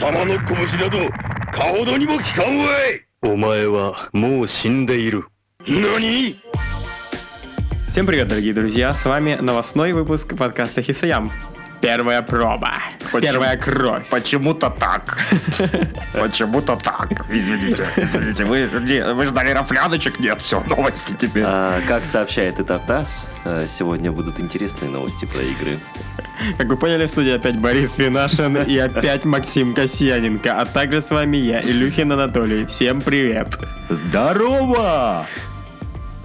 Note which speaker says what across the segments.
Speaker 1: 様の拳などかほどにも効かんわい
Speaker 2: お前はもう死んでいる。
Speaker 1: 何
Speaker 3: Всем привет, дорогие друзья! С вами новостной выпуск подкаста Хисаям. Первая проба. Первая кровь.
Speaker 4: Почему-то так. Почему-то так. Извините, извините. Вы, жди- вы ждали рафляночек? Нет, все, новости теперь.
Speaker 5: А, как сообщает и Тартас, э, сегодня будут интересные новости про игры.
Speaker 3: Как вы поняли, в студии опять Борис Винашин и опять Максим Касьяненко. А также с вами я, Илюхин Анатолий. Всем привет!
Speaker 4: Здорово!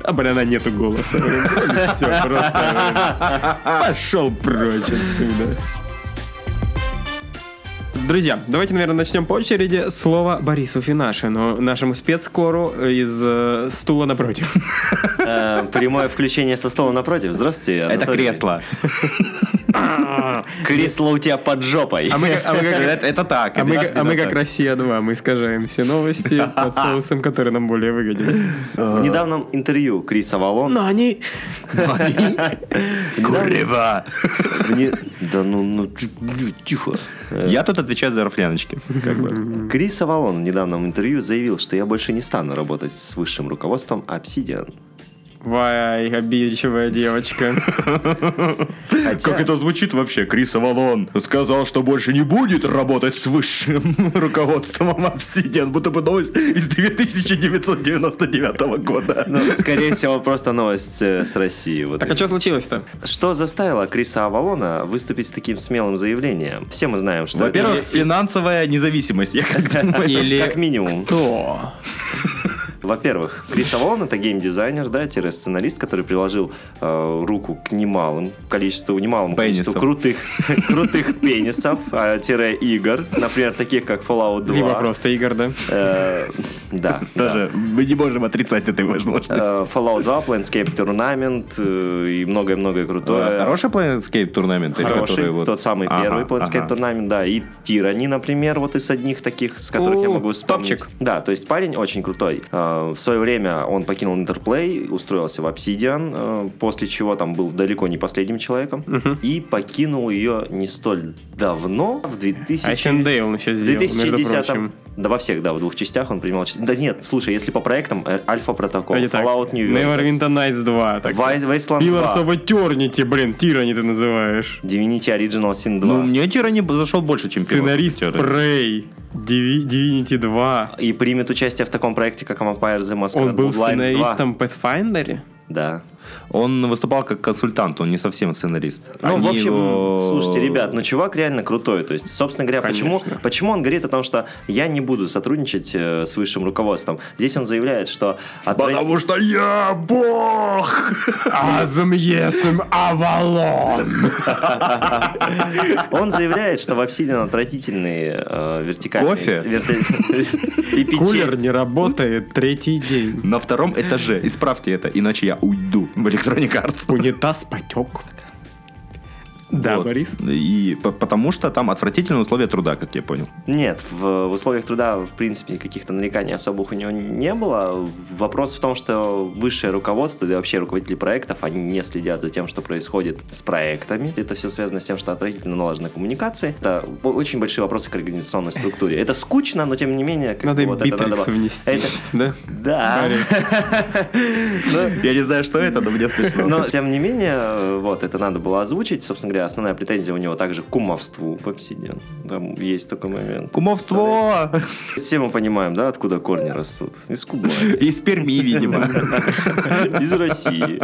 Speaker 3: А блин, нету голоса. Все, просто блин, пошел прочь отсюда. Друзья, давайте, наверное, начнем по очереди. Слово Борису Финашину, нашему спецкору из э, стула напротив.
Speaker 5: Э, Прямое включение со стола напротив. Здравствуйте.
Speaker 4: Это
Speaker 5: Анатолий.
Speaker 4: кресло.
Speaker 5: Кресло у тебя под жопой.
Speaker 3: А мы, а мы как,
Speaker 4: Это это так.
Speaker 3: а мы,
Speaker 4: это
Speaker 3: а мы как
Speaker 4: так.
Speaker 3: Россия 2, мы искажаем все новости под соусом, который нам более выгоден.
Speaker 5: В недавнем интервью Криса Валон...
Speaker 3: они...
Speaker 4: Курева.
Speaker 5: в не- Да ну, ну, чу- чу- тихо.
Speaker 4: Я тут отвечаю за рафляночки. как бы.
Speaker 5: Крис Авалон в недавнем интервью заявил, что я больше не стану работать с высшим руководством Obsidian.
Speaker 3: Вай, обидчивая девочка. А
Speaker 4: Как это звучит вообще? Крис Авалон сказал, что больше не будет работать с высшим руководством Obsidian. Будто бы новость из 1999 года.
Speaker 5: Ну, скорее всего, просто новость э, с России. Вот
Speaker 3: Так а что случилось-то?
Speaker 5: Что заставило Криса Авалона выступить с таким смелым заявлением? Все мы знаем, что... это
Speaker 4: Во-первых,
Speaker 5: не-
Speaker 4: финансовая независимость. Я когда
Speaker 5: Как минимум.
Speaker 3: кто?
Speaker 5: Во-первых, Крис Авалон это геймдизайнер, да, сценарист, который приложил э, руку к немалым количеству, немалому количеству
Speaker 4: Пенисам.
Speaker 5: крутых, крутых пенисов, а, тире игр, например, таких как Fallout 2.
Speaker 3: Либо просто Игорь, да?
Speaker 5: Э, да. да.
Speaker 4: Даже мы не можем отрицать этой возможности.
Speaker 5: Э, Fallout 2, Planescape Tournament э, и многое-многое крутое.
Speaker 4: Хороший Planescape турнамент? или который
Speaker 5: Хороший,
Speaker 4: вот-
Speaker 5: тот самый
Speaker 4: Э, Ага,
Speaker 5: первый Planescape
Speaker 4: ага.
Speaker 5: Tournament, да, и Тирани, например, вот из одних таких, с которых я
Speaker 3: О,
Speaker 5: могу вспомнить.
Speaker 3: топчик.
Speaker 5: Да, то есть парень очень крутой. Э, В свое время он покинул Интерплей, устроился в Obsidian, э, после чего там был далеко не последним человеком, и покинул ее не столь давно, в 2000...
Speaker 3: А еще Дейл он еще
Speaker 5: В
Speaker 3: сделал, между
Speaker 5: 2010
Speaker 3: прочим.
Speaker 5: да во всех, да, в двух частях он принимал... участие. Да нет, слушай, если по проектам, э, Альфа Протокол,
Speaker 3: Или так,
Speaker 5: Fallout New Vegas,
Speaker 3: Neverwinter Nights 2. Так.
Speaker 5: Вай- Wasteland
Speaker 3: Pillars
Speaker 5: 2,
Speaker 3: of Eternity, блин, Тирани ты называешь.
Speaker 5: Divinity Original Sin 2.
Speaker 4: Ну, мне Тирани зашел больше, чем первый.
Speaker 3: Сценарист
Speaker 4: Тирани.
Speaker 3: Prey, Divi- Divinity 2.
Speaker 5: и примет участие в таком проекте, как Vampire the Masquerade
Speaker 3: Он был
Speaker 5: Bloodlines 2.
Speaker 3: сценаристом Pathfinder?
Speaker 5: Да.
Speaker 4: Он выступал как консультант, он не совсем сценарист.
Speaker 5: Ну, в
Speaker 4: Они
Speaker 5: общем,
Speaker 4: его-
Speaker 5: слушайте, ребят, ну чувак реально крутой. То есть, собственно говоря, почему,
Speaker 3: Конечно.
Speaker 5: почему он говорит о том, что я не буду сотрудничать э, с высшим руководством? Здесь он заявляет, что... от
Speaker 4: Потому что я бог!
Speaker 5: А,
Speaker 3: Азм Есм Авалон.
Speaker 5: Он заявляет, что в Obsidian отвратительные э, вертикальные...
Speaker 4: Кофе?
Speaker 5: верти- И
Speaker 3: Кулер
Speaker 5: печенье.
Speaker 3: не работает третий день.
Speaker 4: На втором этаже, исправьте это, иначе я уйду в Electronic Arts.
Speaker 3: Унитаз потек. Да,
Speaker 4: Вот.
Speaker 3: Борис?
Speaker 4: И по- потому что там отвратительные условия труда, как я понял.
Speaker 5: Нет, в, в условиях труда, в принципе, каких-то нареканий особых у него не было. Вопрос в том, что высшее руководство, да и вообще руководители проектов, они не следят за тем, что происходит с проектами. Это все связано с тем, что отвратительно налажена коммуникация. Это о- очень большие вопросы к организационной структуре. Это скучно, но тем не менее... как
Speaker 3: Надо
Speaker 5: бы
Speaker 3: им
Speaker 5: вот это
Speaker 3: битрикс
Speaker 5: было.
Speaker 3: внести.
Speaker 5: Это-
Speaker 3: Да?
Speaker 5: Да. Ну,
Speaker 4: Я не знаю, что это, но мне смешно.
Speaker 5: но, тем не менее, э, вот, это надо было озвучить. Собственно говоря, основная претензия у него также к кумовству в Obsidian. Там есть такой момент.
Speaker 4: Кумовство!
Speaker 5: Все мы понимаем, да, откуда корни растут. Из Кубани,
Speaker 4: Из Перми, видимо.
Speaker 5: из России.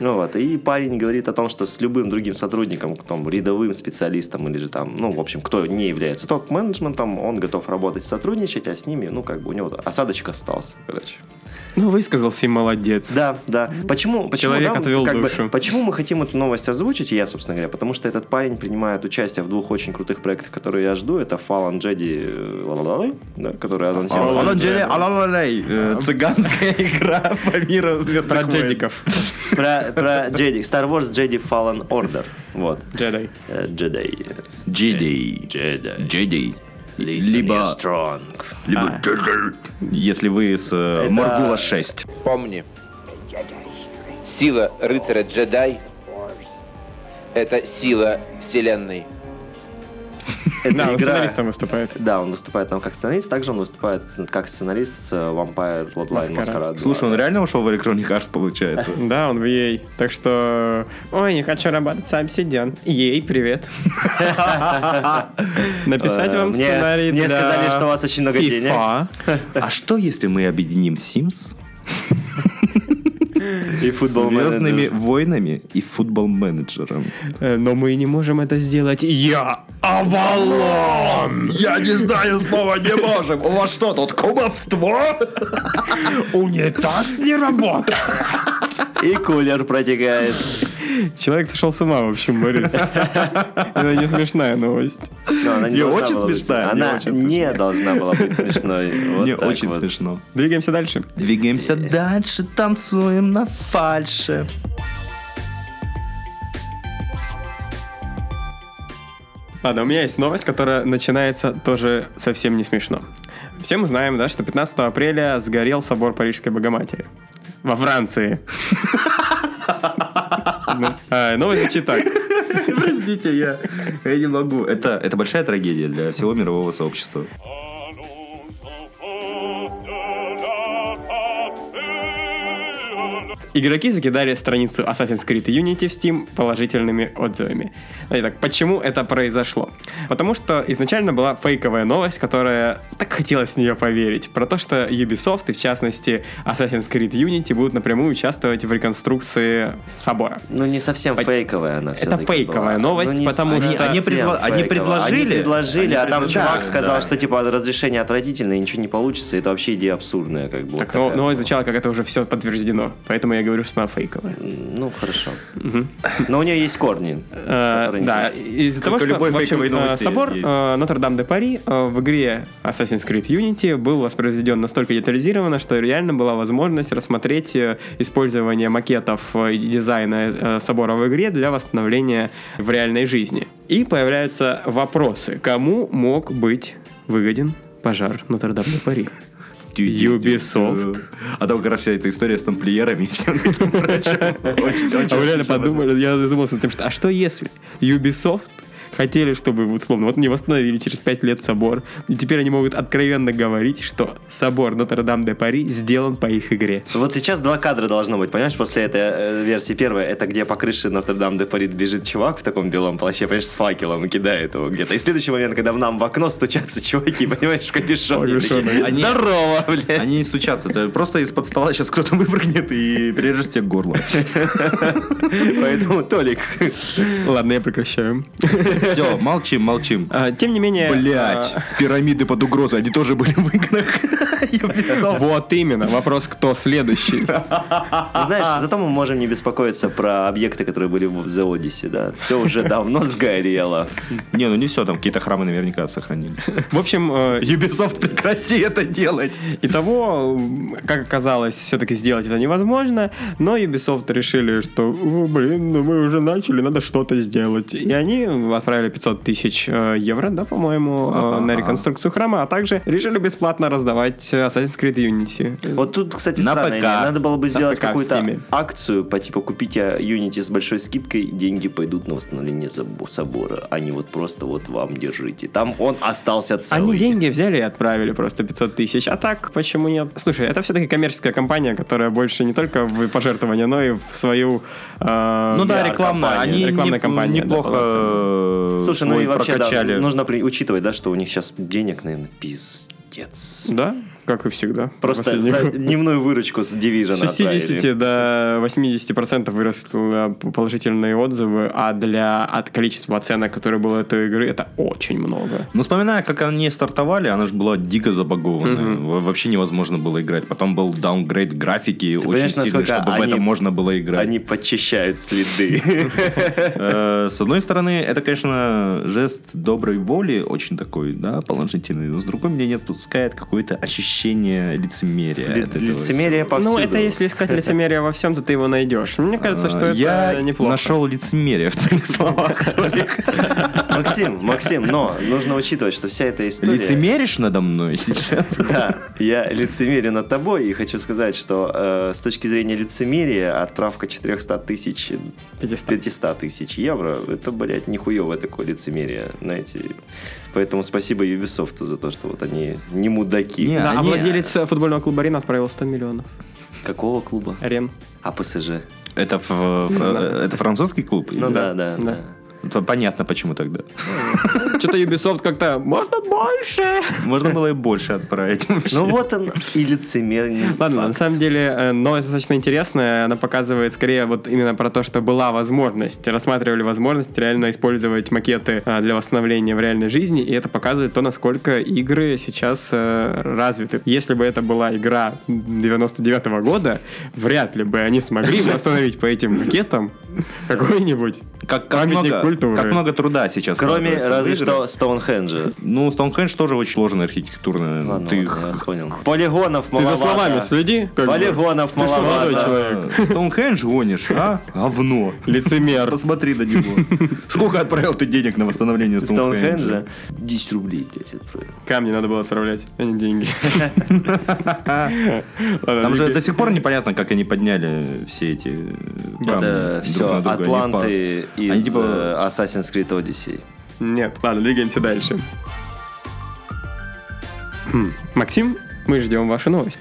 Speaker 5: Ну вот, и парень говорит о том, что с любым другим сотрудником, там, рядовым специалистом или же там, ну, в общем, кто не является топ-менеджментом, он готов работать, сотрудничать, а с ними, ну, как бы у него осадочек остался, короче.
Speaker 3: Ну, высказался и молодец.
Speaker 5: Да, да. Почему, почему,
Speaker 3: Человек
Speaker 5: да,
Speaker 3: отвел
Speaker 5: как бы,
Speaker 3: душу.
Speaker 5: почему мы хотим эту новость озвучить, я, собственно говоря, потому что этот парень принимает участие в двух очень крутых проектах, которые я жду. Это Fallen Jedi, э, ла-ла-ла, да, который анонсировал.
Speaker 4: Алан Джели, алалалей. Э, Цыганская игра по миру звездных
Speaker 3: Про
Speaker 4: войн.
Speaker 3: джедиков.
Speaker 5: Про, про Jedi. Star Wars Jedi Fallen Order. Вот.
Speaker 3: Джедай.
Speaker 5: Э, Джедай.
Speaker 4: Джедей.
Speaker 5: Джедай.
Speaker 4: Джедей.
Speaker 5: Listen,
Speaker 4: Либо-
Speaker 5: you're strong.
Speaker 4: Либо джедей. Если вы с э,
Speaker 5: Это-
Speaker 4: Маргула 6.
Speaker 6: Помни, сила рыцаря джедай – это сила вселенной.
Speaker 5: Это
Speaker 3: Да, он
Speaker 5: игра-
Speaker 3: сценаристом выступает.
Speaker 5: Да, он выступает там как сценарист, также он выступает с- как сценарист с э, Vampire Bloodline
Speaker 3: Masquerade.
Speaker 5: Masquerade.
Speaker 4: Слушай, он реально ушел в Electronic Arts, получается?
Speaker 3: Да, он в ей. Так что... Ой, не хочу работать сам Сидян. Ей, привет. Написать
Speaker 5: Э,
Speaker 3: вам
Speaker 5: мне-
Speaker 3: сценарий
Speaker 5: мне
Speaker 3: для
Speaker 5: сказали, что у вас очень много
Speaker 3: FIFA.
Speaker 5: денег.
Speaker 4: А что, если мы объединим Sims
Speaker 5: и
Speaker 4: с
Speaker 5: футбол
Speaker 4: Звездными войнами и футбол-менеджером?
Speaker 3: Э, Но мы не можем это сделать. Я Авалон!
Speaker 4: Я не знаю, слова не можем. У вас что, тут кумовство?
Speaker 3: Унитаз не работает.
Speaker 5: И кулер протекает.
Speaker 3: Человек сошел с ума, в общем, Борис. Это не смешная новость.
Speaker 5: Но она
Speaker 4: Не
Speaker 5: должна
Speaker 4: очень
Speaker 5: была быть-
Speaker 4: смешная, не
Speaker 5: Она
Speaker 4: очень
Speaker 5: не
Speaker 4: смешная.
Speaker 5: должна была быть смешной. Вот
Speaker 4: Мне
Speaker 5: так
Speaker 4: очень
Speaker 5: вот.
Speaker 4: смешно.
Speaker 3: Двигаемся дальше.
Speaker 4: Двигаемся дальше, танцуем на фальше.
Speaker 3: Ладно, у меня есть новость, которая начинается тоже совсем не смешно. Все мы знаем, да, что 15 апреля сгорел собор Парижской Богоматери. Во Франции. Ну, а, Новость звучит так.
Speaker 4: Простите, я, я не могу. Это, это большая трагедия для всего мирового сообщества.
Speaker 3: Игроки закидали страницу Assassin's Creed Unity в Steam положительными отзывами. Итак, почему это произошло? Потому что изначально была фейковая новость, которая так хотелось в нее поверить, про то, что Ubisoft и в частности Assassin's Creed Unity будут напрямую участвовать в реконструкции собора.
Speaker 5: Ну, не совсем
Speaker 3: А-
Speaker 5: фейковая она все-таки
Speaker 3: фейковая новость, потому
Speaker 4: что- Они- они предла- они предложили-
Speaker 5: Они предложили, а
Speaker 4: они
Speaker 5: там
Speaker 4: предложили,
Speaker 5: чувак сказал,
Speaker 4: да.
Speaker 5: что типа разрешение отвратительное, ничего не получится, это вообще идея абсурдная, как бы.
Speaker 3: Так, ну,
Speaker 5: вот
Speaker 3: но,
Speaker 5: такая
Speaker 3: новость
Speaker 5: была.
Speaker 3: звучала, как это уже все подтверждено, поэтому я говорю, что она фейковая.
Speaker 5: Ну, хорошо. Но у нее есть корни.
Speaker 3: Э,
Speaker 5: которые не
Speaker 3: Да,
Speaker 5: пишут.
Speaker 3: из-за того, что
Speaker 4: любой
Speaker 3: в общем,
Speaker 4: фейковой
Speaker 3: э,
Speaker 4: новости
Speaker 3: собор
Speaker 4: есть.
Speaker 3: э, Нотр-Дам-де-Пари э, в игре Assassin's Creed Unity был воспроизведен настолько детализированно, что реально была возможность рассмотреть э, использование макетов э, и дизайна э, собора в игре для восстановления в реальной жизни. И появляются вопросы, кому мог быть выгоден пожар Нотр-Дам-де-Пари? Ubisoft.
Speaker 4: А там как раз вся эта история с тамплиерами и всем этим прочим. Очень-
Speaker 3: А
Speaker 4: очень
Speaker 3: вы реально
Speaker 4: смешно.
Speaker 3: подумали, я задумался над тем, что а что если Ubisoft хотели, чтобы, вот, условно, вот они восстановили через пять лет собор, и теперь они могут откровенно говорить, что собор Нотр-Дам-де-Пари сделан по их игре.
Speaker 5: Вот сейчас два кадра должно быть, понимаешь, после этой э, версии первая, это где по крыше Нотр-Дам де Парид бежит чувак в таком белом плаще, понимаешь, с факелом и кидает его где-то. И следующий момент, когда в нам в окно стучатся чуваки, понимаешь, в капюшоне. такие,
Speaker 4: Они-
Speaker 5: Здорово, блядь.
Speaker 4: Они не стучатся, это просто из-под стола сейчас кто-то выпрыгнет и перережет тебе горло.
Speaker 5: Поэтому, Толик,
Speaker 3: Ладно, я прекращаю.
Speaker 4: Все, молчим, молчим.
Speaker 3: А, Тем не менее...
Speaker 4: Блять, пирамиды под угрозой, они тоже были в играх.
Speaker 3: а,
Speaker 4: Ubisoft.
Speaker 3: Вот именно. Вопрос, кто следующий.
Speaker 5: Ну, Знаешь, зато мы можем не беспокоиться про объекты, которые были в The Odyssey, да. Все уже давно сгорело.
Speaker 4: Не, ну не все, там какие-то храмы наверняка сохранили.
Speaker 3: В общем, э,
Speaker 4: Ubisoft, прекрати это делать.
Speaker 3: Итого, м, как оказалось, все-таки сделать это невозможно, но Ubisoft решили, что, «О, блин, ну мы уже начали, надо что-то сделать. И они отправили 500 тысяч э, евро, да, по-моему, э,
Speaker 4: Ага.
Speaker 3: на реконструкцию храма, а также решили бесплатно раздавать э, Assassin's Creed Unity.
Speaker 5: Вот тут, кстати,
Speaker 4: На
Speaker 5: странная
Speaker 4: ПК.
Speaker 5: идея. Надо было бы
Speaker 3: На
Speaker 5: сделать
Speaker 3: ПК
Speaker 5: какую-то
Speaker 3: всеми.
Speaker 5: акцию по типу купите Unity с большой скидкой, деньги пойдут на восстановление забо- собора, а не вот просто вот вам держите. Там он остался целый.
Speaker 3: Они деньги взяли и отправили просто 500 тысяч. А так, почему нет? Слушай, это все-таки коммерческая компания, которая больше не только в пожертвования, но и в свою... э,
Speaker 4: Ну да, рекламная. Они
Speaker 3: рекламная
Speaker 4: неп-
Speaker 3: компания. да,
Speaker 4: неплохо
Speaker 3: полноценная.
Speaker 4: э,
Speaker 5: Слушай, ну
Speaker 4: свой
Speaker 5: и вообще, да,
Speaker 4: прокачали.
Speaker 5: нужно при- учитывать, да, что у них сейчас денег, наверное, пиздец.
Speaker 3: Да, как и всегда.
Speaker 5: Просто
Speaker 3: Последний
Speaker 5: за
Speaker 3: год.
Speaker 5: дневную выручку с Division
Speaker 3: с 60 до 80 процентов выросли положительные отзывы, а для от количества оценок, которые было у этой игры, это очень много.
Speaker 4: Ну, вспоминая, как они стартовали, она же была дико забагованная.
Speaker 3: Мгм.
Speaker 4: Во- Вообще невозможно было играть. Потом был даунгрейд графики очень
Speaker 5: понимаешь,
Speaker 4: сильный,
Speaker 5: насколько
Speaker 4: чтобы в
Speaker 5: они-
Speaker 4: этом можно было играть.
Speaker 5: Они подчищают следы.
Speaker 4: Э, С одной стороны, это, конечно, жест доброй воли, очень такой, да, положительный, но с другой меня не отпускает какое-то ощущение лицемерия. от этого
Speaker 5: Лицемерие
Speaker 3: Ну,
Speaker 5: повсюду.
Speaker 3: это если искать лицемерие во всем, то ты его найдешь. Мне
Speaker 4: всего.
Speaker 3: кажется, что
Speaker 4: Э,
Speaker 3: это
Speaker 4: Я
Speaker 3: неплохо.
Speaker 4: нашел лицемерие в твоих словах, Толик.
Speaker 5: Максим, Максим, но нужно учитывать, что вся эта история...
Speaker 4: Лицемеришь надо мной сейчас?
Speaker 5: Да, я лицемерен над тобой и хочу сказать, что э, с точки зрения лицемерия отправка 400 тысяч,
Speaker 3: 500.
Speaker 5: 500 тысяч евро, это, блядь, нихуевое такое лицемерие, знаете. Поэтому спасибо Ubisoft за то, что вот они не мудаки.
Speaker 4: Не,
Speaker 3: Да, а
Speaker 4: они-
Speaker 3: владелец э, футбольного клуба Рен отправил 100 миллионов.
Speaker 5: Какого клуба?
Speaker 3: Рен.
Speaker 5: А ПСЖ.
Speaker 4: Это, ф- ф-
Speaker 3: знаю.
Speaker 4: это французский клуб?
Speaker 5: Ну
Speaker 4: Или-
Speaker 5: да, да,
Speaker 3: да.
Speaker 5: да.
Speaker 4: То Понятно, почему тогда.
Speaker 3: Что-то Ubisoft как-то можно больше.
Speaker 4: Можно было и больше отправить. вообще.
Speaker 5: Ну вот он и лицемерный.
Speaker 3: Ладно, на
Speaker 5: факт.
Speaker 3: самом деле э, новость достаточно интересная. Она показывает скорее вот именно про то, что была возможность, рассматривали возможность реально использовать макеты э, для восстановления в реальной жизни, и это показывает то, насколько игры сейчас э, развиты. Если бы это была игра 99 года, вряд ли бы они смогли восстановить по этим макетам какой-нибудь.
Speaker 4: Как, как,
Speaker 3: памятник
Speaker 4: много,
Speaker 3: культуры.
Speaker 4: как много труда сейчас.
Speaker 5: Кроме
Speaker 4: вкладывается в
Speaker 5: разве
Speaker 4: игры.
Speaker 5: что Стоунхенджа.
Speaker 4: Ну, Стоунхендж тоже очень сложная архитектурно.
Speaker 5: Ладно,
Speaker 4: Ты
Speaker 5: ладно, я вас понял. Полигонов
Speaker 3: Ты
Speaker 5: маловато.
Speaker 3: за словами следи. как бы.
Speaker 5: Полигонов
Speaker 3: Ты что,
Speaker 5: маловато.
Speaker 3: молодой человек?
Speaker 4: их... Стоунхендж гонишь, а? Говно.
Speaker 3: Лицемер.
Speaker 4: Посмотри на него. Сколько отправил ты денег на восстановление
Speaker 5: Стоунхенджа.
Speaker 4: Стоунхенджа?
Speaker 5: 10 рублей, блядь, отправил.
Speaker 3: Камни надо было отправлять, а не деньги. Ладно,
Speaker 4: Там же
Speaker 3: Вики.
Speaker 4: до сих пор непонятно, как они подняли все эти э, камни
Speaker 5: Это
Speaker 4: друг
Speaker 5: все
Speaker 4: на друга. Они
Speaker 5: Атланты
Speaker 4: пар-
Speaker 5: из
Speaker 4: Они типа-
Speaker 5: э, Assassin's Creed Odyssey.
Speaker 3: Нет, ладно, двигаемся дальше. Хм, Максим, мы ждем вашу новость.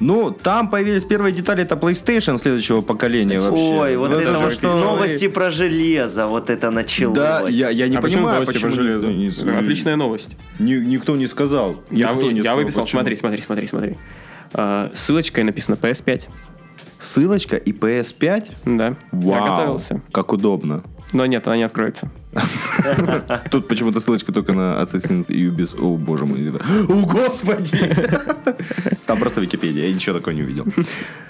Speaker 4: Ну, там появились первые детали, это PlayStation следующего поколения вообще.
Speaker 5: Ой, вот
Speaker 4: Ну,
Speaker 5: это
Speaker 4: даже
Speaker 5: вот
Speaker 4: какие-то
Speaker 5: новости про железо, вот это началось.
Speaker 4: Да, я, я не
Speaker 3: А почему
Speaker 4: понимаю,
Speaker 3: новости про
Speaker 4: почему
Speaker 3: железо?
Speaker 4: никто не-
Speaker 3: Ну, Отличная новость.
Speaker 4: ни- никто не сказал.
Speaker 3: Я,
Speaker 4: Никто
Speaker 3: вы-
Speaker 4: не
Speaker 3: я
Speaker 4: сказал,
Speaker 3: выписал,
Speaker 4: почему.
Speaker 3: смотри, смотри, смотри, смотри. А, Ссылочкой написано PS5.
Speaker 4: Ссылочка и PS5?
Speaker 3: Да. Я
Speaker 4: Вау,
Speaker 3: готовился.
Speaker 4: как удобно.
Speaker 3: Но нет, она не откроется.
Speaker 4: Тут почему-то ссылочка только на Assassin's Ubis. О, боже мой. да. О, господи! Там просто Википедия, я ничего такого не увидел.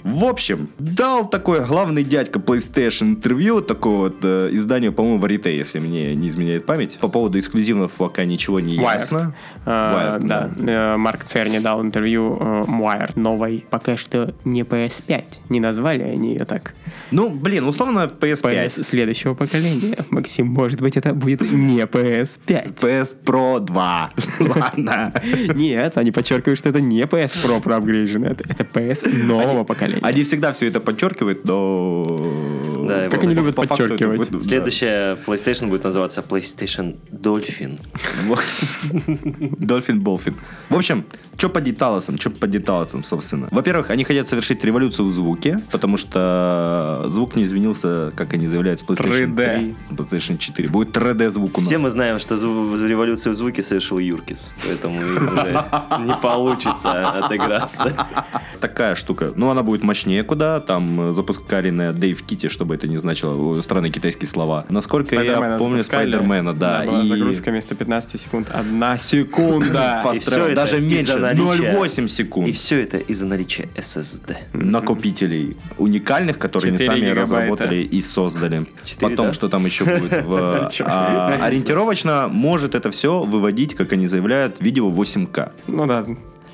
Speaker 4: В общем, дал такой главный дядька PlayStation интервью, такого вот э, изданию, по-моему, Varieté, если мне не изменяет память. По поводу эксклюзивов пока ничего не
Speaker 3: Wired.
Speaker 4: ясно.
Speaker 3: А,
Speaker 4: Wired,
Speaker 3: Да. Э, Марк Церни дал интервью э, Wired новой. Пока что не PS5. Не назвали они ее так.
Speaker 4: Ну, блин, условно
Speaker 3: PS
Speaker 4: PS5.
Speaker 3: следующего поколения. Максим, может быть, это будет не PS5.
Speaker 4: PS Pro 2. Ладно.
Speaker 3: Нет, они подчеркивают, что это не PS Pro проапгрейженный, это, это PS нового поколения.
Speaker 4: Они всегда все это подчеркивают, но...
Speaker 5: Да,
Speaker 3: Как
Speaker 5: его-
Speaker 3: они любят
Speaker 4: По факту это
Speaker 3: подчеркивать.
Speaker 4: будет- да.
Speaker 5: Следующая PlayStation будет называться PlayStation Dolphin.
Speaker 4: Дольфин Болфин. В общем, что по деталосам, что по деталосам, собственно. Во-первых, они хотят совершить революцию в звуке, потому что звук не изменился, как они заявляют, с PlayStation
Speaker 3: 3D.
Speaker 4: 3, PlayStation 4. Будет 3D-звук у нас.
Speaker 5: Все мы знаем, что зв- в революцию в звуке совершил Юркис, поэтому уже не получится отыграться.
Speaker 4: Такая штука. Ну, она будет мощнее куда. Там э, запускали на Дэйв Кити, чтобы это не значило э, странные китайские слова. Насколько я
Speaker 3: Спайдермена
Speaker 4: помню,
Speaker 3: запускали.
Speaker 4: Спайдермена, да.
Speaker 3: Была
Speaker 4: и-
Speaker 3: загрузка вместо 15 секунд. Одна секунда.
Speaker 4: Fast
Speaker 5: И всё
Speaker 4: travel
Speaker 5: это
Speaker 4: даже меньше,
Speaker 5: из-за наличия-
Speaker 4: 0,8 секунд.
Speaker 5: И все это из-за наличия SSD.
Speaker 4: накопителей уникальных, которые они
Speaker 3: Четыре
Speaker 4: сами
Speaker 3: гигабайта.
Speaker 4: разработали и создали.
Speaker 5: Четыре,
Speaker 4: Потом,
Speaker 5: да?
Speaker 4: что там еще будет. в- а, Ориентировочно может это все выводить, как они заявляют, видео 8К.
Speaker 3: Ну да.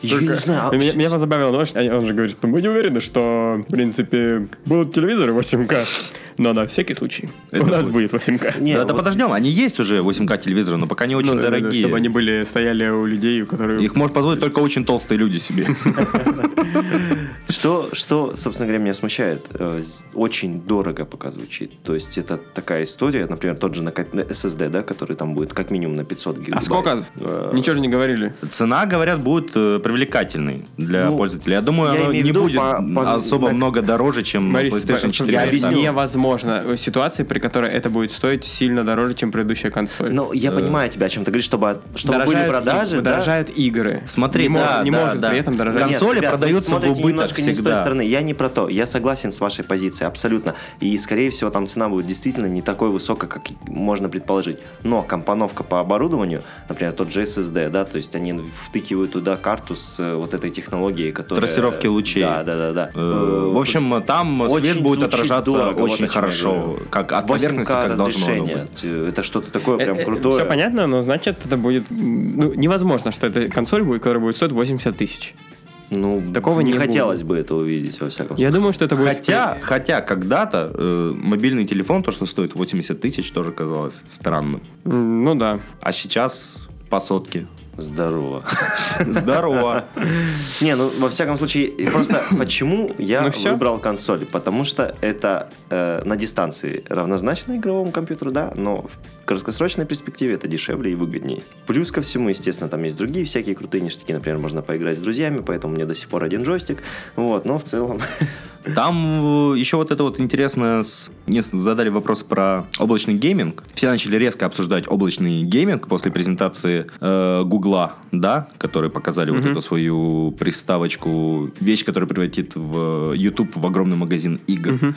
Speaker 5: Я не
Speaker 3: Только-
Speaker 5: знаю, а
Speaker 3: Меня,
Speaker 5: с-
Speaker 3: меня там забавило, потому что они- он же говорит, что мы не уверены, что, в принципе, будут телевизоры 8К, но на всякий случай
Speaker 4: Это
Speaker 3: у нас
Speaker 4: будет.
Speaker 3: будет 8К.
Speaker 5: Не,
Speaker 4: Да, да
Speaker 5: вот-
Speaker 4: подождем, они есть уже 8К телевизоры, но пока не очень
Speaker 3: Ну, да, да, да, Чтобы они
Speaker 4: дорогие.
Speaker 3: были, стояли у людей, у которых...
Speaker 4: Их может позволить только очень толстые люди себе.
Speaker 5: Что, что, собственно говоря, меня смущает, э, с- очень дорого пока звучит. То есть это такая история, например, тот же накоп- SSD, да, который там будет как минимум на 500 гигабайт. Э,
Speaker 3: Ничего же не говорили.
Speaker 4: Цена, говорят, будет э, привлекательной для
Speaker 5: Ну,
Speaker 4: пользователей. Я думаю,
Speaker 5: я
Speaker 4: оно
Speaker 5: имею в
Speaker 4: не
Speaker 5: виду
Speaker 4: будет
Speaker 5: по- по-
Speaker 4: особо
Speaker 5: на-
Speaker 4: много дороже, чем
Speaker 3: Борис,
Speaker 4: PlayStation 4.
Speaker 3: я
Speaker 5: я
Speaker 3: объясню.
Speaker 5: объясню.
Speaker 3: Невозможно э, ситуации, при которой это будет стоить сильно дороже, чем предыдущая консоль.
Speaker 5: Ну, я понимаю тебя, о чем ты говоришь, чтобы, от- чтобы были
Speaker 3: Дорожают
Speaker 5: продажи,
Speaker 3: и-
Speaker 5: да?
Speaker 3: дорожают игры.
Speaker 4: Смотри,
Speaker 3: не, мо-
Speaker 4: да,
Speaker 3: не
Speaker 4: да,
Speaker 3: может
Speaker 4: да.
Speaker 3: при этом дорожать.
Speaker 5: Да нет,
Speaker 4: Консоли
Speaker 5: ребят, вы
Speaker 4: продаются в
Speaker 5: смотрите
Speaker 4: убыток
Speaker 5: немножко не с той
Speaker 4: всегда.
Speaker 5: стороны. Я не про то. Я согласен с вашей позицией абсолютно. И, скорее всего, там цена будет действительно не такой высокой, как и можно предположить. Но компоновка по оборудованию, например, тот же SSD, да, то есть они втыкивают туда карту с э, вот этой технологией, которая...
Speaker 4: Трассировки лучей.
Speaker 5: Да, да, да. да.
Speaker 4: Э, В общем, там
Speaker 5: Очень
Speaker 4: свет будет
Speaker 5: звучит
Speaker 4: отражаться
Speaker 5: дорого, вот о
Speaker 4: очень
Speaker 5: чем я
Speaker 4: хорошо,
Speaker 5: говорю.
Speaker 4: как а от
Speaker 5: 8К
Speaker 4: поверхности, как должно оно
Speaker 5: разрешение.
Speaker 4: быть.
Speaker 5: Э, Это что-то такое прям крутое.
Speaker 3: Все понятно, но значит это будет... м, Ну, невозможно, что это консоль будет, которая будет стоить 80 тысяч.
Speaker 5: Ну,
Speaker 3: Такого не
Speaker 5: не
Speaker 3: будет.
Speaker 5: хотелось бы это увидеть, во всяком
Speaker 3: Я
Speaker 5: случае.
Speaker 3: думаю, что это будет...
Speaker 4: Хотя, хотя когда-то э, мобильный телефон, то, что стоит 80 тысяч, тоже казалось странным.
Speaker 3: М, Ну да.
Speaker 4: А сейчас по сотке.
Speaker 5: Здорово.
Speaker 4: Здорово.
Speaker 5: Не, ну во всяком случае, и просто почему я
Speaker 3: Ну всё.
Speaker 5: выбрал консоль? Потому что это э, на дистанции равнозначно игровому компьютеру, да, но в краткосрочной перспективе это дешевле и выгоднее. Плюс ко всему, естественно, там есть другие всякие крутые ништяки, например, можно поиграть с друзьями, поэтому мне до сих пор один джойстик. Вот, но в целом.
Speaker 4: Там э, еще вот это вот интересно, с- мне задали вопрос про облачный гейминг. Все начали резко обсуждать облачный гейминг после презентации э, Гугла, да, которые показали вот
Speaker 3: Мгм.
Speaker 4: эту свою приставочку, вещь, которая превратит в э, YouTube в огромный магазин игр.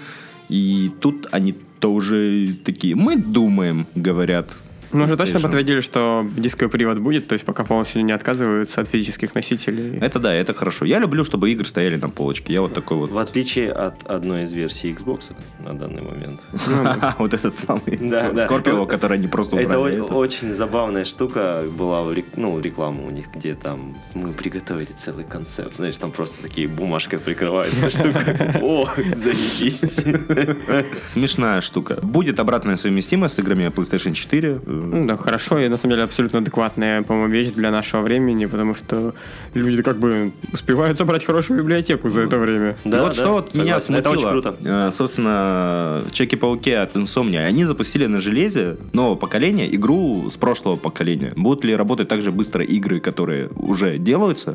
Speaker 4: И тут они тоже такие, мы думаем, говорят.
Speaker 3: Ну, уже точно
Speaker 4: PlayStation.
Speaker 3: подтвердили, что дисковый привод будет, то есть пока полностью не отказываются от физических носителей.
Speaker 4: Это да, это хорошо. Я люблю, чтобы игры стояли на полочке. Я вот такой вот.
Speaker 5: В отличие от одной из версий Xbox на данный момент.
Speaker 3: Ну
Speaker 4: Вот этот самый
Speaker 5: Да, да.
Speaker 4: Скорпио, который они просто
Speaker 5: Это
Speaker 4: убрали.
Speaker 5: о- очень забавная штука была, в рек- ну, реклама у них, где там мы приготовили целый концепт, знаешь, там просто такие бумажкой прикрывают эту штуку. О, заебись.
Speaker 4: Э, Смешная штука. Будет обратная совместимость с играми PlayStation 4. Э,
Speaker 3: Ну да, хорошо, и на самом деле абсолютно адекватная, по-моему, вещь для нашего времени, потому что люди как бы успевают собрать хорошую библиотеку за это время.
Speaker 5: Да,
Speaker 4: вот
Speaker 5: да,
Speaker 4: что вот меня
Speaker 5: согласен.
Speaker 4: смутило.
Speaker 5: Это очень круто.
Speaker 4: Э, Собственно, в Чеки-пауке от Insomnia. Они запустили на железе нового поколения игру с прошлого поколения. Будут ли работать так же быстро игры, которые уже делаются?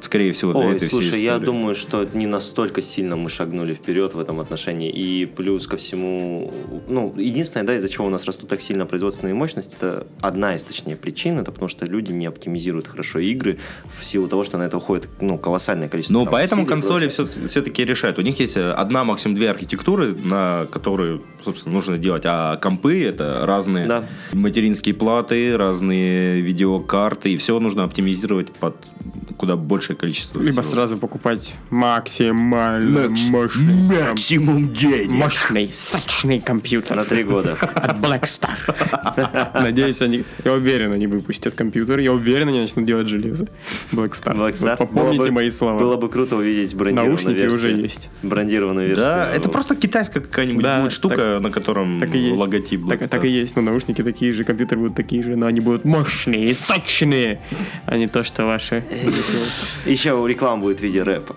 Speaker 4: Скорее всего, для
Speaker 5: Ой,
Speaker 4: этой всей
Speaker 5: слушай, я
Speaker 4: истории.
Speaker 5: думаю, что не настолько сильно мы шагнули вперед в этом отношении. И плюс ко всему, ну, единственное, да, из-за чего у нас растут так сильно производственные мощности, это одна из, точнее, причин, это потому что люди не оптимизируют хорошо игры в силу того, что на это уходит, ну, колоссальное количество.
Speaker 4: Ну,
Speaker 5: там,
Speaker 4: поэтому
Speaker 5: усилий и
Speaker 4: консоли
Speaker 5: прочее.
Speaker 4: все, все-таки решают. У них есть э, одна, максимум две архитектуры, на которые, собственно, нужно делать. А компы это разные
Speaker 5: Да.
Speaker 4: материнские платы, разные видеокарты, и все нужно оптимизировать под куда большее количество.
Speaker 3: Либо
Speaker 4: всего.
Speaker 3: сразу покупать максимально мощный, прям
Speaker 4: максимум денег.
Speaker 3: мощный, сочный компьютер
Speaker 5: На три года.
Speaker 3: от Blackstar. Надеюсь, они... Я уверен, они выпустят компьютер, я уверен, они начнут делать железо. Blackstar.
Speaker 5: Blackstar.
Speaker 3: Вот Попомните
Speaker 5: Было бы-
Speaker 3: мои слова.
Speaker 5: Было бы круто увидеть брендированную
Speaker 3: Наушники
Speaker 5: версию.
Speaker 3: уже есть.
Speaker 5: Брендированную версию.
Speaker 4: Да, это просто китайская какая-нибудь
Speaker 3: Да,
Speaker 4: будет штука,
Speaker 3: так-
Speaker 4: на котором
Speaker 3: Так и есть.
Speaker 4: логотип
Speaker 3: так,
Speaker 4: Blackstar.
Speaker 3: так и есть. Но наушники такие же, компьютеры будут такие же, но они будут мощные, сочные, а не то, что ваши.
Speaker 5: Еще реклама будет в виде рэпа.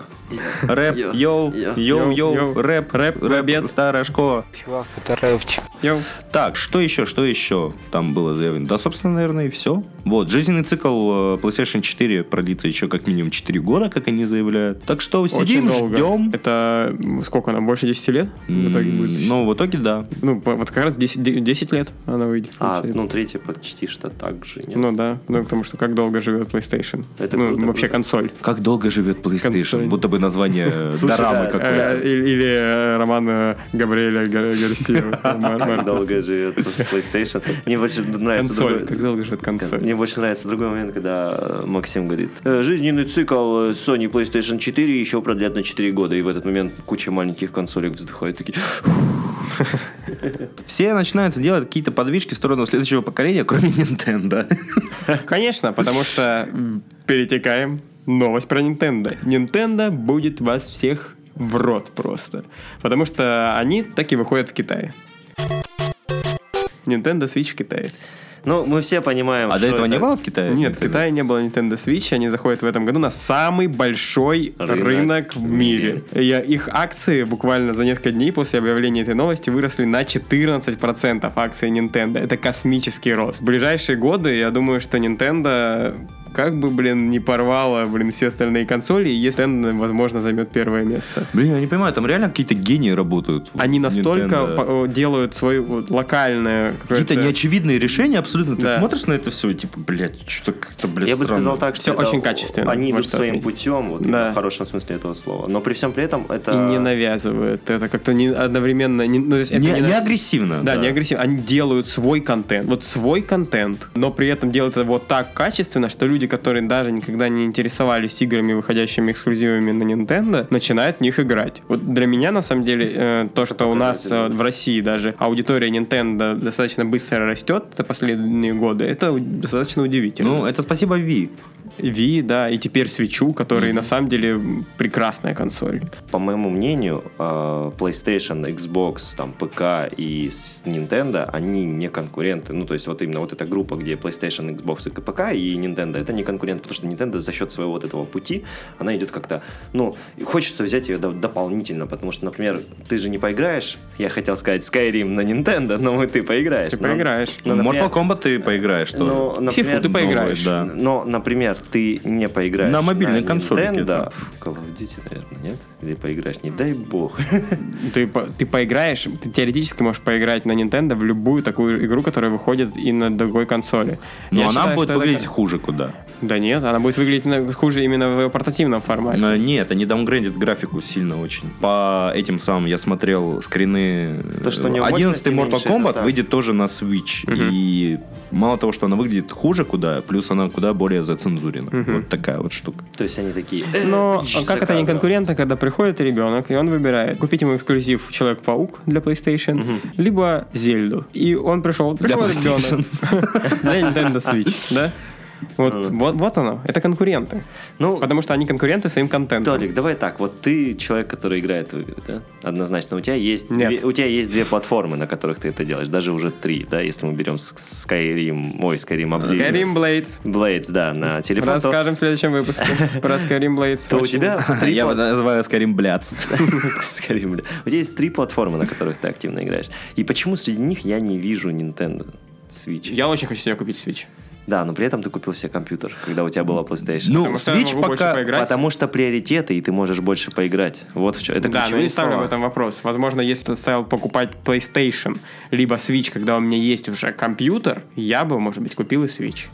Speaker 4: Рэп,
Speaker 5: Йо,
Speaker 4: йоу,
Speaker 5: йо,
Speaker 4: йоу, йоу,
Speaker 3: йоу.
Speaker 4: рэп, рэп, рэп,
Speaker 3: обед.
Speaker 4: старая школа.
Speaker 6: Чувак, это рэпчик.
Speaker 3: Йоу.
Speaker 4: Так, что еще, что еще там было заявлено? Да, собственно, наверное, и все. Вот, жизненный цикл э, PlayStation 4 продлится еще как минимум 4 года, как они заявляют. Так что сидим,
Speaker 3: Очень долго.
Speaker 4: ждем.
Speaker 3: Это м, сколько нам? Больше 10 лет? В итоге
Speaker 4: М,
Speaker 3: будет.
Speaker 4: Ну, в итоге, да.
Speaker 3: Ну, по- вот как раз 10, де- 10 лет она выйдет.
Speaker 5: А,
Speaker 3: получается.
Speaker 5: ну третья почти что так же. Нет?
Speaker 3: Ну да, ну потому что как долго живет PlayStation.
Speaker 5: Это
Speaker 3: ну,
Speaker 5: круто,
Speaker 3: вообще
Speaker 5: круто.
Speaker 3: консоль.
Speaker 4: Как долго живет PlayStation?
Speaker 3: Консоль.
Speaker 4: Будто бы название э,
Speaker 5: Слушай,
Speaker 4: дорамы
Speaker 5: да,
Speaker 4: какой-то.
Speaker 3: Э, Или, или, э, роман э, Габриэля Гар- Гарсия. Мар-
Speaker 5: Как
Speaker 3: Мартеса.
Speaker 5: долго живет PlayStation. Мне больше нравится
Speaker 3: Консоль.
Speaker 5: другой-
Speaker 3: Как долго живет консоль?
Speaker 5: Мне больше нравится другой момент, когда э, Максим говорит, «Э, жизненный цикл э, Sony PlayStation 4 еще продлят на 4 года, и в этот момент куча маленьких консолек вздыхает, такие,
Speaker 4: Все начинают делать какие-то подвижки в сторону следующего поколения, кроме Nintendo.
Speaker 3: Конечно, потому что м, перетекаем. Новость про Nintendo. Nintendo будет вас всех в рот просто. Потому что они так и выходят в Китае. Nintendo Switch в Китае.
Speaker 5: ну, мы все понимаем,
Speaker 4: А до
Speaker 5: что
Speaker 4: этого
Speaker 5: это-
Speaker 4: не было в Китае?
Speaker 3: Нет, в
Speaker 4: Nintendo?
Speaker 3: Китае не было Nintendo Switch, они заходят в этом году на самый большой
Speaker 5: Рынок
Speaker 3: рынок, в мире. Я, их акции буквально за несколько дней после объявления этой новости выросли на 14% акции Nintendo. Это космический рост. В ближайшие годы, я думаю, что Nintendo как бы, блин, не порвала, блин, все остальные консоли, и если Nintendo, возможно, займет первое место.
Speaker 4: Блин, я не понимаю, там реально какие-то гении работают.
Speaker 3: Они настолько
Speaker 4: Nintendo.
Speaker 3: по- делают свою вот, локальную...
Speaker 4: Какие-то
Speaker 3: какое-то-
Speaker 4: неочевидные решения абсолютно. Ты
Speaker 3: Да.
Speaker 4: смотришь на это все, типа, блядь, что-то как-то, блядь,
Speaker 5: Я бы
Speaker 4: странно.
Speaker 5: сказал так, что
Speaker 3: Всё
Speaker 5: это
Speaker 3: очень качественно,
Speaker 5: Они
Speaker 3: вот
Speaker 5: идут
Speaker 3: что
Speaker 5: своим
Speaker 3: отметить.
Speaker 5: путем, вот
Speaker 3: Да.
Speaker 5: в хорошем смысле этого слова. Но при всем при этом это
Speaker 3: И не навязывают. Это как-то не одновременно... Не, ну, то есть это
Speaker 4: а, Не,
Speaker 3: не
Speaker 4: не
Speaker 3: на-
Speaker 4: агрессивно.
Speaker 3: Да, не агрессивно. Они делают свой контент. Вот свой контент, но при этом делают это вот так качественно, что люди, которые даже никогда не интересовались играми, выходящими эксклюзивами на Nintendo, начинают в них играть. Вот для меня, на самом деле, э, то, что у нас э, в России даже аудитория Nintendo достаточно быстро растет за последние годы, Ну, это у- достаточно удивительно.
Speaker 4: Ну, это спасибо Ви.
Speaker 3: Ви, да, и теперь свечу, который на самом деле м, прекрасная консоль.
Speaker 5: По моему мнению, э, PlayStation, Xbox, там, ПК и с Nintendo, они не конкуренты. Ну, то есть вот именно вот эта группа, где PlayStation, Xbox и КПК и Nintendo, это не конкурент, потому что Nintendo за счет своего вот этого пути, она идет как-то, ну, и хочется взять ее до- дополнительно, потому что, например, ты же не поиграешь, я хотел сказать Skyrim на Nintendo, но вот ты поиграешь.
Speaker 3: Ты
Speaker 5: но-
Speaker 3: проиграешь.
Speaker 5: ну, например- Ну,
Speaker 4: Mortal Kombat ты поиграешь тоже.
Speaker 5: но, например,
Speaker 3: ты поиграешь.
Speaker 4: Да.
Speaker 5: Но, например, ты не поиграешь
Speaker 4: На мобильной консолике, да.
Speaker 5: Да. В Call of Duty, наверное, нет? Или поиграешь, не дай бог.
Speaker 3: Ты, по- ты поиграешь, ты теоретически можешь поиграть на Nintendo в любую такую игру, которая выходит и на другой консоли.
Speaker 4: Но
Speaker 3: Я
Speaker 4: Ну, она
Speaker 3: считаю,
Speaker 4: будет
Speaker 3: что это
Speaker 4: выглядеть
Speaker 3: как-
Speaker 4: хуже куда.
Speaker 3: Да нет, она будет выглядеть на- хуже именно в портативном формате.
Speaker 4: Э, Нет, они даунгрендят графику сильно очень. По этим самым я смотрел скрины.
Speaker 5: То, что у него
Speaker 4: 11 Mortal
Speaker 5: мощности меньше,
Speaker 4: Kombat
Speaker 5: это так.
Speaker 4: выйдет тоже на Switch.
Speaker 3: Мгм.
Speaker 4: И мало того, что она выглядит хуже куда, плюс она куда более зацензурена.
Speaker 3: Мгм.
Speaker 4: Вот такая вот штука.
Speaker 5: То есть они такие... «Э,
Speaker 3: Но а как это не конкурентно, когда приходит ребенок, и он выбирает купить ему эксклюзив Человек-паук для PlayStation, либо Зельду. И он пришел,
Speaker 4: Для
Speaker 3: пришел
Speaker 4: PlayStation.
Speaker 3: ребенок для Nintendo Switch, да? Вот, вот, вот оно, это конкуренты.
Speaker 5: Ну,
Speaker 3: Потому что они конкуренты своим контентом.
Speaker 5: Толик, давай так, вот ты человек, который играет в игры, да? Однозначно, у тебя есть
Speaker 3: Нет.
Speaker 5: две, у тебя есть две платформы, на которых ты это делаешь, даже уже три, да, если мы берем с- Skyrim, ой, Skyrim Obsidian.
Speaker 3: Skyrim Blades.
Speaker 5: Blades, да, на телефон. то-
Speaker 3: Расскажем в следующем выпуске про Skyrim Blades.
Speaker 5: То у
Speaker 3: Очень-
Speaker 5: тебя три
Speaker 4: Я
Speaker 5: пла-
Speaker 4: называю Скорим Бляц.
Speaker 5: Скорее, бля. У тебя есть три платформы, на которых ты активно играешь. И почему среди них я не вижу Nintendo Switch?
Speaker 3: Я очень хочу себе купить Switch.
Speaker 5: Да, но при этом ты купил себе компьютер, когда у тебя была PlayStation.
Speaker 4: Ну,
Speaker 3: Потому что я
Speaker 4: Switch
Speaker 3: могу больше
Speaker 4: пока...
Speaker 3: поиграть. играть.
Speaker 5: Потому что приоритеты, и ты можешь больше поиграть. Вот в чем. Это
Speaker 3: да, но я
Speaker 5: ключевые
Speaker 3: не ставлю
Speaker 5: слова.
Speaker 3: в этом вопрос. Возможно, если ты стал покупать PlayStation, либо Switch, когда у меня есть уже компьютер, я бы, может быть, купил и Switch.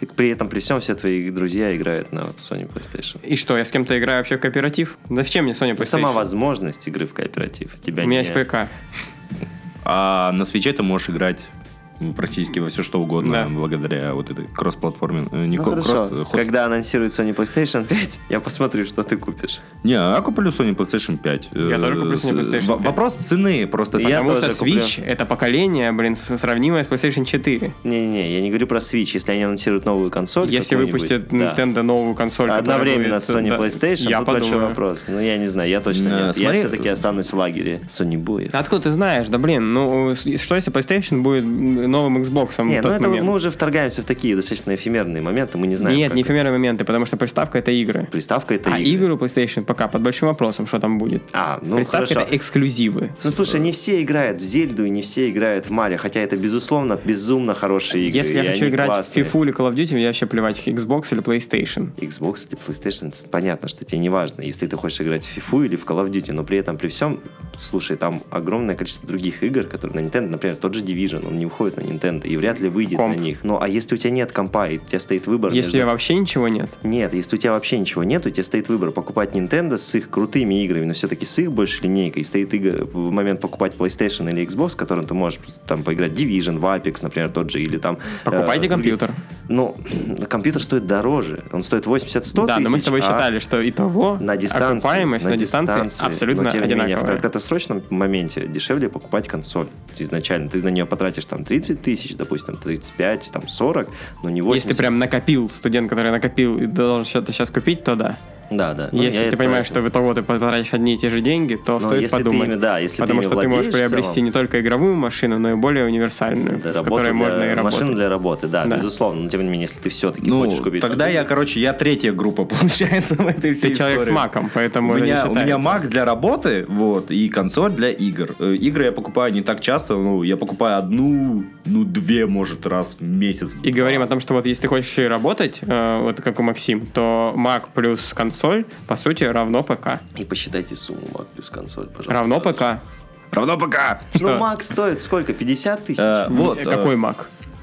Speaker 5: И При этом, при всем, все твои друзья играют на Sony PlayStation. Ну,
Speaker 3: И что, я с кем-то играю вообще в кооператив? Зачем мне Sony PlayStation?
Speaker 5: Сама возможность игры в кооператив. Тебя
Speaker 3: У меня
Speaker 5: не-
Speaker 3: есть ПК.
Speaker 4: А на свече ты можешь играть ну, практически во все что угодно,
Speaker 3: Да.
Speaker 4: благодаря вот этой кросс-платформе. э, Не
Speaker 5: Ну,
Speaker 4: ко-
Speaker 5: хорошо.
Speaker 4: кросс, э, ход-
Speaker 5: Когда анонсирует Sony PlayStation 5, я посмотрю, что ты купишь.
Speaker 4: Не, а я куплю Sony PlayStation 5.
Speaker 3: Я
Speaker 4: Э,
Speaker 3: тоже куплю Sony
Speaker 4: э,
Speaker 3: PlayStation
Speaker 4: во-
Speaker 3: 5.
Speaker 4: Вопрос цены просто.
Speaker 5: Я
Speaker 3: Потому что
Speaker 5: тоже куплю.
Speaker 3: Switch это поколение, блин, с- сравнимое с PlayStation 4.
Speaker 5: Не-не-не, я не говорю про Switch. Если они анонсируют новую консоль
Speaker 3: Если
Speaker 5: какую-нибудь,
Speaker 3: выпустят
Speaker 5: да.
Speaker 3: Nintendo новую консоль, которая
Speaker 5: Одновременно
Speaker 3: будет-
Speaker 5: с Sony
Speaker 3: да,
Speaker 5: PlayStation,
Speaker 3: я
Speaker 5: тут большой
Speaker 3: подумаю.
Speaker 5: вопрос. Ну, я не знаю, я точно
Speaker 4: Да,
Speaker 5: нет.
Speaker 4: смотри,
Speaker 5: я все-таки
Speaker 4: э,
Speaker 5: останусь в лагере Sony Boy.
Speaker 3: Да Откуда ты знаешь? Да блин, ну с- что если PlayStation будет м, новым Xbox?
Speaker 5: Не,
Speaker 3: в
Speaker 5: ну
Speaker 3: тот
Speaker 5: это
Speaker 3: момент?
Speaker 5: мы уже вторгаемся в такие достаточно эфемерные моменты, мы не знаем.
Speaker 3: Нет,
Speaker 5: как
Speaker 3: не
Speaker 5: это.
Speaker 3: эфемерные моменты, потому что приставка это игры.
Speaker 5: Приставка это
Speaker 3: а игры у PlayStation пока под большим вопросом, что там будет.
Speaker 5: А, ну
Speaker 3: приставка
Speaker 5: хорошо.
Speaker 3: это эксклюзивы.
Speaker 5: Ну слушай, не все играют в Зельду и не все играют в Марио, хотя это безусловно безумно хорошие игры.
Speaker 3: Если я
Speaker 5: и
Speaker 3: хочу
Speaker 5: они
Speaker 3: играть
Speaker 5: классные.
Speaker 3: в FIFA или Call of Duty, мне вообще плевать, Xbox или PlayStation.
Speaker 5: Xbox или PlayStation, это понятно, что тебе не важно, если ты хочешь играть в FIFA или в Call of Duty, но при этом, при всем, слушай, там огромное количество других игр, которые на Nintendo, например, тот же Division, он не уходит на Nintendo и вряд ли выйдет
Speaker 3: Комп.
Speaker 5: на них. Ну, а если у тебя нет компа, и у тебя стоит выбор...
Speaker 3: Если
Speaker 5: между-
Speaker 3: вообще ничего нет.
Speaker 5: Нет, если у тебя вообще ничего нет, у тебя стоит выбор покупать Nintendo с их крутыми играми, но все-таки с их больше линейкой, стоит игр- в момент покупать PlayStation или Xbox, которым ты можешь там поиграть Division, в Apex, например, тот же, или там...
Speaker 3: Покупайте
Speaker 5: э,
Speaker 3: компьютер.
Speaker 5: ну, компьютер стоит дороже. Он стоит 80-100
Speaker 3: да, но мы с
Speaker 5: тысяч,
Speaker 3: тобой
Speaker 5: а
Speaker 3: считали, что и того,
Speaker 5: на дистанции,
Speaker 3: окупаемость на, дистанции, абсолютно
Speaker 5: но, тем не менее, в
Speaker 3: одинаковая.
Speaker 5: краткосрочном моменте дешевле покупать консоль изначально. Ты на нее потратишь там 30 тысяч, допустим, 35, там 40, но не 80.
Speaker 3: Если ты прям накопил, студент, который накопил и должен что-то сейчас купить, то да.
Speaker 5: Да, да. Ну, я
Speaker 3: Если ты
Speaker 5: это
Speaker 3: понимаешь,
Speaker 5: поэтому.
Speaker 3: что в итоге ты потратишь одни и те же деньги, то
Speaker 5: Но
Speaker 3: стоит
Speaker 5: если ты
Speaker 3: подумать.
Speaker 5: ими- да, если ты
Speaker 3: потому
Speaker 5: ими
Speaker 3: что ты можешь
Speaker 5: владеешь в
Speaker 3: приобрести
Speaker 5: целом.
Speaker 3: не только игровую машину, но и более универсальную,
Speaker 5: Да,
Speaker 3: с
Speaker 5: работу
Speaker 3: которой
Speaker 5: для-
Speaker 3: можно и работать.
Speaker 5: Машину для работы, да,
Speaker 3: Да.
Speaker 5: безусловно. Но тем не менее, если ты все-таки
Speaker 4: Ну,
Speaker 5: хочешь купить...
Speaker 4: тогда я, короче, я третья группа, получается, в этой всей
Speaker 3: Ты человек
Speaker 4: истории.
Speaker 3: с маком, поэтому
Speaker 4: У
Speaker 3: это не
Speaker 4: меня, у меня
Speaker 3: считается.
Speaker 4: Mac для работы, вот, и консоль для игр. Э, Игры я покупаю не так часто, ну, я покупаю одну, ну, две, может, раз в месяц.
Speaker 3: И говорим о том, что вот если ты хочешь и работать, э, вот как у Максим, то Mac плюс консоль, по сути, равно ПК.
Speaker 5: И посчитайте сумму Mac плюс консоль, пожалуйста.
Speaker 3: Равно ПК.
Speaker 4: Равно пока!
Speaker 5: Ну,
Speaker 3: Что?
Speaker 5: Mac стоит сколько? 50 тысяч?
Speaker 4: Э, вот,
Speaker 3: Э,
Speaker 4: э,
Speaker 3: Какой Mac?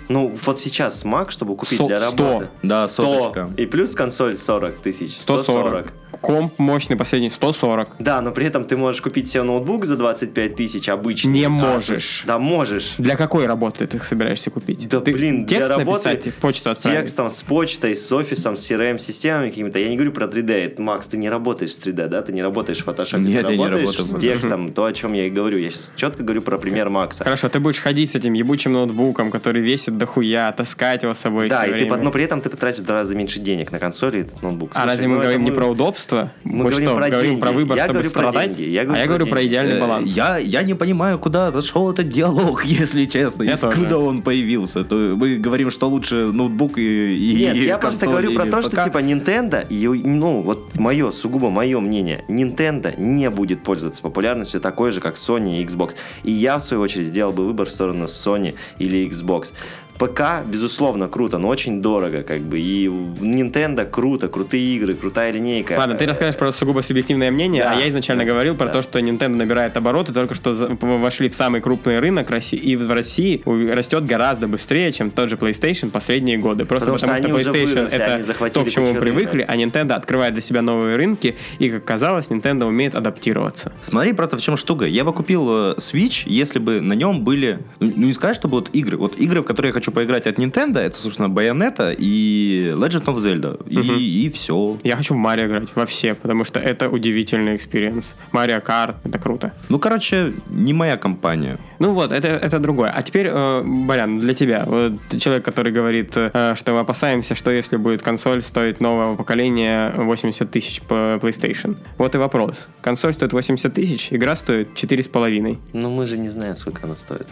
Speaker 5: Ну, вот сейчас Mac, чтобы купить
Speaker 3: Со-
Speaker 5: для
Speaker 3: сто.
Speaker 5: работы.
Speaker 4: Да,
Speaker 5: 100.
Speaker 4: соточка.
Speaker 5: И плюс консоль 40 тысяч.
Speaker 3: 140.
Speaker 5: 140.
Speaker 3: комп мощный последний 140.
Speaker 5: Да, но при этом ты можешь купить себе ноутбук за 25 тысяч обычный.
Speaker 3: Не
Speaker 5: Asus.
Speaker 3: можешь.
Speaker 5: Да можешь.
Speaker 3: Для какой работы ты их собираешься купить?
Speaker 5: Да
Speaker 3: Типа, Ты
Speaker 5: блин,
Speaker 3: текст
Speaker 5: для работы
Speaker 3: написать, и почту
Speaker 5: с
Speaker 3: отправить?
Speaker 5: текстом, с почтой, с офисом, с CRM-системами какими-то. Я не говорю про 3D. Это, Макс, ты не работаешь с 3D, да? Ты не работаешь в Photoshop,
Speaker 4: Нет,
Speaker 5: ты
Speaker 4: я не
Speaker 5: работаешь
Speaker 4: работаю,
Speaker 5: с
Speaker 4: Макс.
Speaker 5: текстом, то, о чем я и говорю. Я сейчас четко говорю про пример Макса.
Speaker 3: Хорошо, ты будешь ходить с этим ебучим ноутбуком, который весит дохуя, таскать его с собой.
Speaker 5: Да,
Speaker 3: всё
Speaker 5: и ты,
Speaker 3: время.
Speaker 5: под- но при этом ты потратишь в два раза меньше денег на консоли и этот ноутбук.
Speaker 3: А
Speaker 5: Слушай,
Speaker 3: разве
Speaker 5: ну
Speaker 3: мы
Speaker 5: это
Speaker 3: говорим не про удобство?
Speaker 5: мы
Speaker 3: Мы
Speaker 5: говорим
Speaker 3: что,
Speaker 5: про
Speaker 3: говорим
Speaker 5: деньги.
Speaker 3: про выбор,
Speaker 5: Я
Speaker 3: чтобы
Speaker 5: говорю про
Speaker 3: страдать?
Speaker 5: деньги, я
Speaker 3: а я
Speaker 5: говорю
Speaker 3: говорю
Speaker 5: про
Speaker 3: про
Speaker 5: деньги.
Speaker 3: идеальный
Speaker 4: Э,
Speaker 3: баланс.
Speaker 4: Я, я не понимаю, куда зашел этот диалог, если честно.
Speaker 3: Я
Speaker 4: и
Speaker 3: тоже.
Speaker 4: откуда он появился. То мы говорим, что лучше ноутбук и, и
Speaker 5: Нет, я просто
Speaker 4: консоль,
Speaker 5: говорю про
Speaker 4: или
Speaker 5: то, что
Speaker 4: ПК.
Speaker 5: типа Nintendo, её- ну вот мое, сугубо мое мнение, Nintendo не будет пользоваться популярностью такой же, как Sony и Xbox. И я, в свою очередь, сделал бы выбор в сторону Sony или Xbox. ПК, безусловно, круто, но очень дорого, как бы. И Nintendo круто, крутые игры, крутая линейка.
Speaker 3: Ладно, ты расскажешь про сугубо субъективное мнение,
Speaker 5: Да.
Speaker 3: а я изначально
Speaker 5: Да.
Speaker 3: говорил про
Speaker 5: Да.
Speaker 3: то, что Nintendo набирает обороты, только что за- в- вошли в самый крупный рынок России, и в России у- растет гораздо быстрее, чем тот же PlayStation последние годы. Просто
Speaker 5: Потому
Speaker 3: потому,
Speaker 5: что
Speaker 3: что,
Speaker 5: они уже
Speaker 3: PlayStation
Speaker 5: выросли,
Speaker 3: это
Speaker 5: они захватили
Speaker 3: то, к чему мы
Speaker 5: кучу
Speaker 3: привыкли,
Speaker 5: рынок.
Speaker 3: а Nintendo открывает для себя новые рынки, и, как казалось, Nintendo умеет адаптироваться.
Speaker 4: Смотри, просто в чем штука. Я бы купил э, Switch, если бы на нем были... Ну, ну, не сказать, чтобы вот игры. Вот игры, в которые я хочу поиграть от Nintendo, это, собственно, Bayonetta и Legend of Zelda. И, и все.
Speaker 3: Я хочу в Марио играть во все, потому что это удивительный экспириенс. Марио Карт, это круто.
Speaker 4: Ну, короче, не моя компания.
Speaker 3: Ну вот, это, это другое. А теперь, э, Барян, для тебя, вот человек, который говорит, э, что мы опасаемся, что если будет консоль стоить нового поколения 80 тысяч по PlayStation. Вот и вопрос. Консоль стоит 80 тысяч, игра стоит 4,5.
Speaker 5: Но Э, ну, мы же не знаем, сколько она стоит.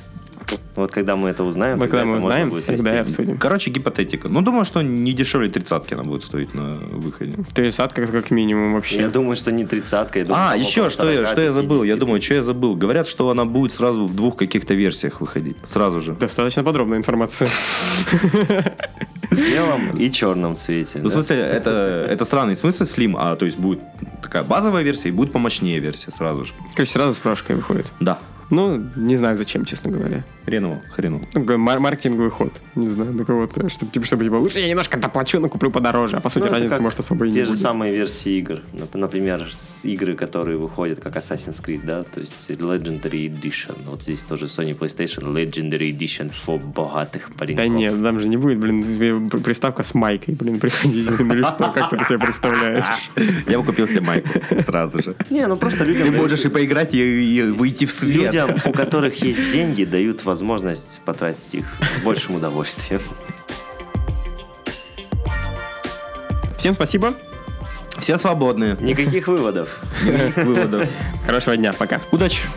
Speaker 5: Вот когда мы это узнаем,
Speaker 3: Вот когда
Speaker 5: тогда
Speaker 3: мы
Speaker 5: это можно
Speaker 3: узнаем,
Speaker 5: будет
Speaker 3: тогда и
Speaker 5: вести.
Speaker 3: обсудим.
Speaker 4: Короче, гипотетика. Ну, думаю, что не дешевле тридцатки она будет стоить на выходе.
Speaker 3: 30 как, как минимум вообще.
Speaker 5: Я думаю, что не тридцатка. я думаю,
Speaker 4: А,
Speaker 5: там
Speaker 4: еще
Speaker 5: около
Speaker 4: что я,
Speaker 5: 40,
Speaker 4: что я забыл, я
Speaker 5: 50.
Speaker 4: думаю, что я забыл. Говорят, что она будет сразу в двух каких-то версиях выходить. Сразу же.
Speaker 3: Достаточно подробная информация.
Speaker 5: В белом и черном цвете.
Speaker 4: Ну, в
Speaker 5: да.
Speaker 4: смысле, это, это странный смысл Slim, а то есть будет такая базовая версия и будет помощнее версия сразу же.
Speaker 3: Короче, сразу с прошкой выходит.
Speaker 4: Да.
Speaker 3: Ну, не знаю зачем, честно говоря.
Speaker 4: Хреново, хреново.
Speaker 3: Ну, какой мар- маркетинговый ход. Не знаю, на кого-то. Что, типа, чтобы типа, лучше я немножко доплачу, но куплю подороже. А по сути,
Speaker 5: Ну, это
Speaker 3: разницы
Speaker 5: как
Speaker 3: может особо и
Speaker 5: Те
Speaker 3: не
Speaker 5: же
Speaker 3: будет.
Speaker 5: самые версии игр. Нап- Например, с игры, которые выходят как Assassin's Creed, да, то есть Legendary Edition. Вот здесь тоже Sony PlayStation Legendary Edition for богатых пареньков.
Speaker 3: Да нет, там же не будет, блин, тебе при- приставка с майкой, блин, приходить, блин, или что, как ты это себе представляешь?
Speaker 4: Я бы купил себе майку сразу же.
Speaker 5: Не, ну просто людям...
Speaker 4: Ты можешь и поиграть, и, и выйти в свет.
Speaker 5: Людям, у которых есть деньги, дают возможность потратить их с большим удовольствием.
Speaker 3: Всем спасибо,
Speaker 4: Все свободные.
Speaker 5: Никаких выводов.
Speaker 4: Никаких выводов.
Speaker 3: хорошего дня, пока.
Speaker 4: Удачи.